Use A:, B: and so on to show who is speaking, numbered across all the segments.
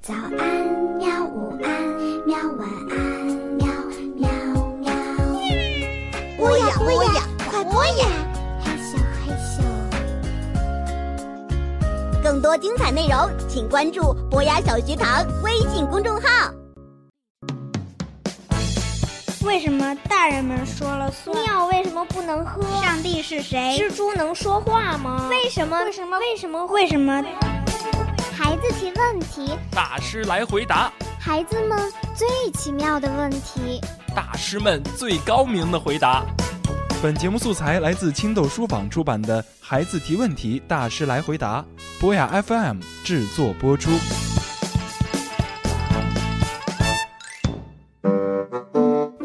A: 早安喵，午安喵，晚安喵喵喵。
B: 播呀播呀，快播呀！
A: 嘿咻嘿咻，
B: 更多精彩内容，请关注博雅小学堂微信公众号。
C: 为什么大人们说了算？尿为什么不能喝？上帝是谁？蜘蛛能说话吗？为什么？为什么？为什么？为什么？
A: 孩子提问题，
D: 大师来回答，
A: 孩子们最奇妙的问题。
D: 大师们最高明的回答。
E: 本节目素材来自青豆书坊出版的《孩子提问题，大师来回答》，博雅 FM 制作播出。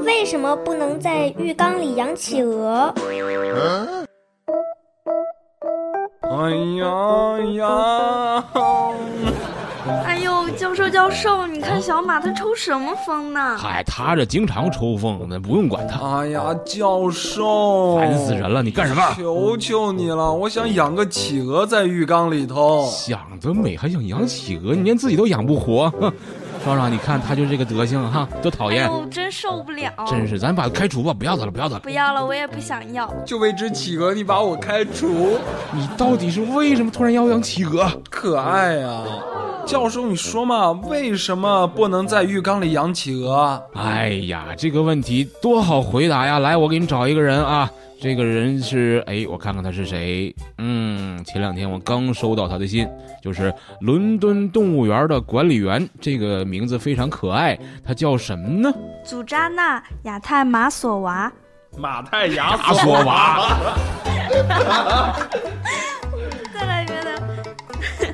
C: 为什么不能在浴缸里养企鹅？
D: 哎呀呀！
F: 哎呦，教授教授，你看小马它抽什么风呢？
G: 嗨，他这经常抽风，那不用管他，
D: 哎呀，教授，
G: 烦死人了！你干什么？
D: 求求你了，我想养个企鹅在浴缸里头。
G: 想得美，还想养企鹅，你连自己都养不活。哼，双双，你看他就这个德行哈，多讨
F: 哎
G: 厌！
F: 呦，真受不了！
G: 真是，咱把他开除吧，不要他了，不要他了
F: 不。要了，我也不想要。
D: 就为只企鹅，你把我开除，
G: 你到底是为什么突然要养企鹅？
D: 可爱呀、教授，你说嘛，为什么不能在浴缸里养企鹅？啊
G: 哎呀，这个问题多好回答呀！来，我给你找一个人啊，这个人是哎，我看看他是谁。嗯，前两天我刚收到他的信，就是伦敦动物园的管理员，这个名字非常可爱，他叫什么呢？
F: 祖扎纳亚泰马索娃，
D: 马太牙
G: 阿索娃。
F: 再来一遍呢？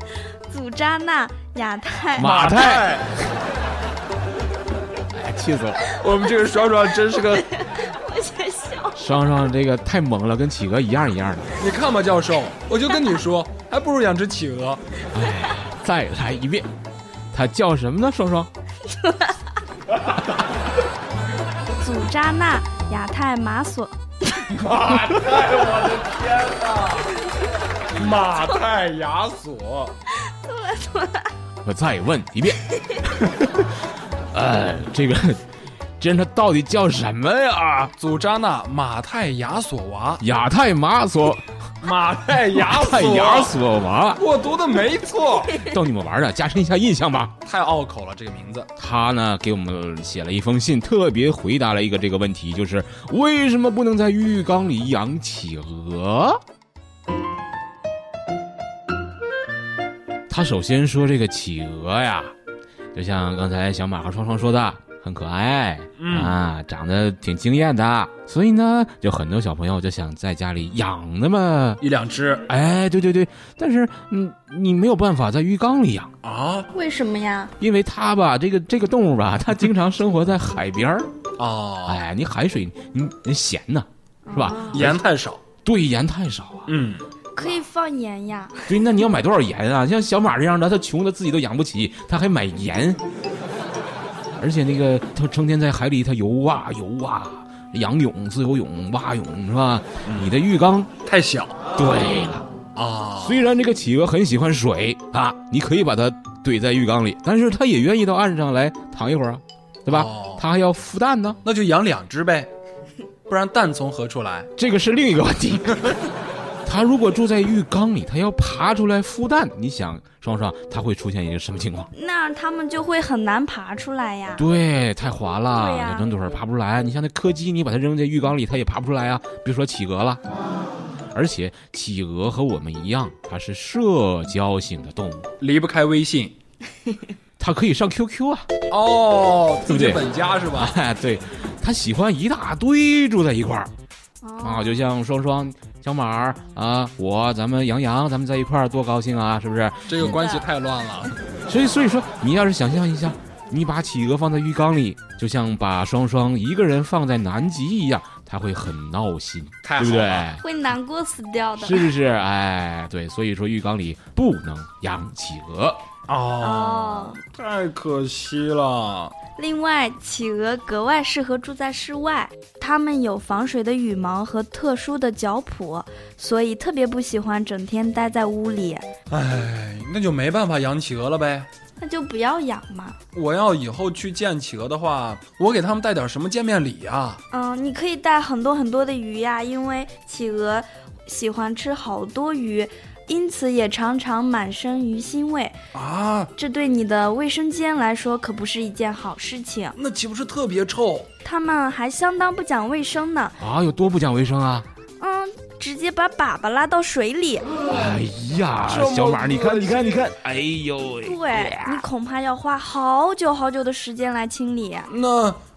F: 祖扎纳亚泰
G: 马太，哎，气死我！
D: 我们这个爽爽真是个，
F: 我想笑。
G: 双双这个太萌了，跟企鹅一样一样的。
D: 你看吧，教授，我就跟你说，还不如养只企鹅。
G: 再来一遍，他叫什么呢？双双，
F: 祖扎纳亚泰马索，
D: 马太亚索，
G: 我再问一遍。呃，这个，这人他到底叫什么呀？
D: 啊祖扎纳马太亚索娃，
G: 亚泰马索，
D: 马太
G: 亚泰亚 索娃，
D: 我读的没错，
G: 逗你们玩呢，加深一下印象吧。
D: 太拗口了这个名字。
G: 他呢给我们写了一封信，特别回答了一个这个问题，就是为什么不能在浴缸里养企鹅？他首先说这个企鹅呀，就像刚才小马和双双说的，很可爱、啊，长得挺惊艳的，所以呢，就很多小朋友就想在家里养那么。
D: 一两只
G: 哎，对对对，但是嗯，你没有办法在浴缸里养。
D: 啊
F: 为什么呀？
G: 因为它吧，这个这个动物吧，它经常生活在海边儿。
D: 啊，
G: 哎，你海水你你咸呐，是吧？
D: 盐太少。
G: 对，盐太少啊。
D: 嗯，
F: 可以放盐呀？
G: 对，那你要买多少盐啊？像小马这样的，他穷的自己都养不起，他还买盐。而且那个他成天在海里他游啊游啊，仰泳、自由泳、蛙泳是吧？你的浴缸，
D: 太小
G: 对了。
D: 啊。
G: 虽然这个企鹅很喜欢水啊，你可以把它怼在浴缸里，但是它也愿意到岸上来躺一会儿啊，对吧
D: 哦？
G: 它还要孵蛋呢，
D: 那就养两只呗，不然蛋从何处来？
G: 这个是另一个问 题。它如果住在浴缸里，它要爬出来孵蛋，你想双双它会出现一个什么情况？
F: 那样它们就会很难爬出来呀。
G: 对，太滑了
F: 对，呀
G: 它整腿儿爬不出来。你像那柯基，你把它扔在浴缸里，它也爬不出来啊，别说企鹅了。而且企鹅和我们一样，它是社交性的动物，
D: 离不开微信
G: 它可以上 QQ 啊。
D: 哦，
G: 对不对
D: 自己本家是吧？
G: 哎，对，他喜欢一大堆住在一块儿
F: 哦，
G: 啊，就像双双、小马儿啊，我、咱们杨洋，咱们在一块儿多高兴啊，是不是？
D: 这个关系太乱了。
G: 所以，所以说，你要是想象一下，你把企鹅放在浴缸里，就像把双双一个人放在南极一样，他会很闹心，
D: 太
G: 对不
D: 好
G: 对？
D: 了啊
F: 会难过死掉的。
G: 是不是？哎，对，所以说浴缸里不能养企鹅。
D: 哦，
F: 哦。
D: 太可惜了。
F: 另外，企鹅格外适合住在室外，它们有防水的羽毛和特殊的脚蹼，所以特别不喜欢整天待在屋里。
D: 哎，那就没办法养企鹅了呗。
F: 那就不要养嘛。
D: 我要以后去见企鹅的话，我给他们带点什么见面礼啊？
F: 嗯，你可以带很多很多的鱼呀、因为企鹅喜欢吃好多鱼，因此也常常满身鱼腥味，
D: 啊，
F: 这对你的卫生间来说可不是一件好事情。
D: 那岂不是特别臭？
F: 它们还相当不讲卫生呢，
G: 啊，有多不讲卫生啊！
F: 嗯，直接把粑粑拉到水里，
G: 哎呀
D: 这么，
G: 小马，你看，
D: 恶
G: 你看，你看，哎呦喂！
F: 对你恐怕要花好久好久的时间来清理。
D: 那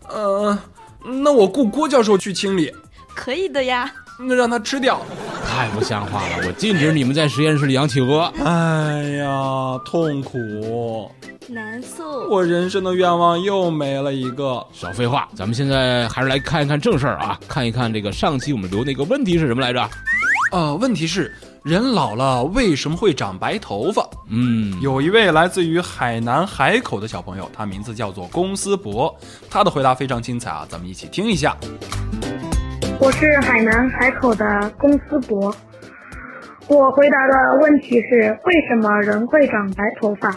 D: 呃，那我雇郭教授去清理，
F: 可以的呀，
D: 那让他吃掉。
G: 太不像话了！我禁止你们在实验室里养企鹅。
D: 哎呀，痛苦！
F: 南素。
D: 我人生的愿望又没了一个。
G: 少废话，咱们现在还是来看一看正事儿啊，看一看这个上期我们留那个问题是什么来着？
D: 呃，问题是，人老了为什么会长白头发？
G: 嗯，
D: 有一位来自于海南海口的小朋友，他名字叫做龚思博，他的回答非常精彩啊，咱们一起听一下。
H: 我是海南海口的龚思博，我回答的问题是为什么人会长白头发？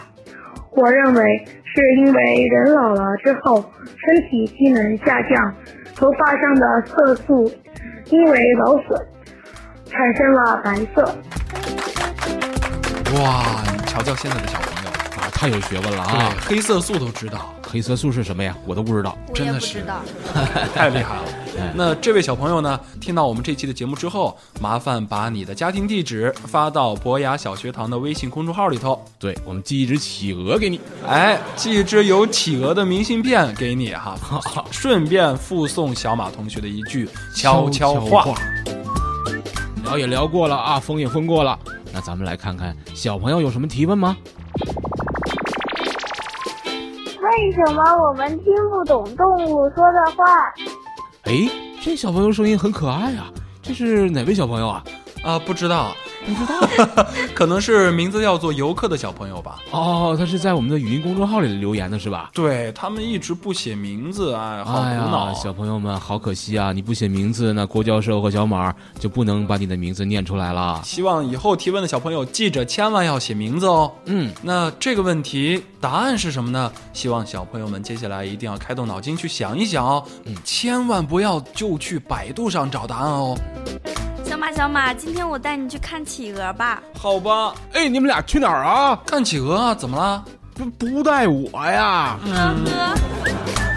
H: 我认为是因为人老了之后，身体机能下降，头发上的色素因为劳损产生了白色。
D: 哇，你瞧瞧现在的小朋友，
G: 啊，太有学问了
D: 啊
G: 啊，！
D: 黑色素都知道，
G: 黑色素是什么呀？我都不知道。
F: 我
D: 真
F: 也
D: 的
F: 不
D: 是
F: 知道，
D: 太厉害了。那这位小朋友呢，听到我们这期的节目之后，麻烦把你的家庭地址发到博雅小学堂的微信公众号里头，
G: 对，我们寄一只企鹅给你。
D: 哎，寄一只有企鹅的明信片给你哈，顺便附送小马同学的一句悄悄话。
G: 聊也聊过了啊，封也封过了，那咱们来看看小朋友有什么提问吗？
C: 为什么我们听不懂动物说的话？
G: 哎，这小朋友声音很可爱啊，这是哪位小朋友啊？
D: 啊、不知道，不知道，可能是名字叫做游客的小朋友吧。
G: 哦，他是在我们的语音公众号里留言的是吧？
D: 对他们一直不写名字，哎，好苦
G: 哎呀
D: 恼。
G: 小朋友们，好可惜啊！你不写名字，那郭教授和小马就不能把你的名字念出来了。
D: 希望以后提问的小朋友记着，千万要写名字哦。
G: 嗯，
D: 那这个问题答案是什么呢？希望小朋友们接下来一定要开动脑筋去想一想哦，千万不要就去百度上找答案哦。
F: 小马小马，今天我带你去看企鹅吧。
D: 好吧，
G: 哎，你们俩去哪儿啊？
D: 看企鹅啊，怎么啦？
G: 不不带我呀！
F: 呵呵。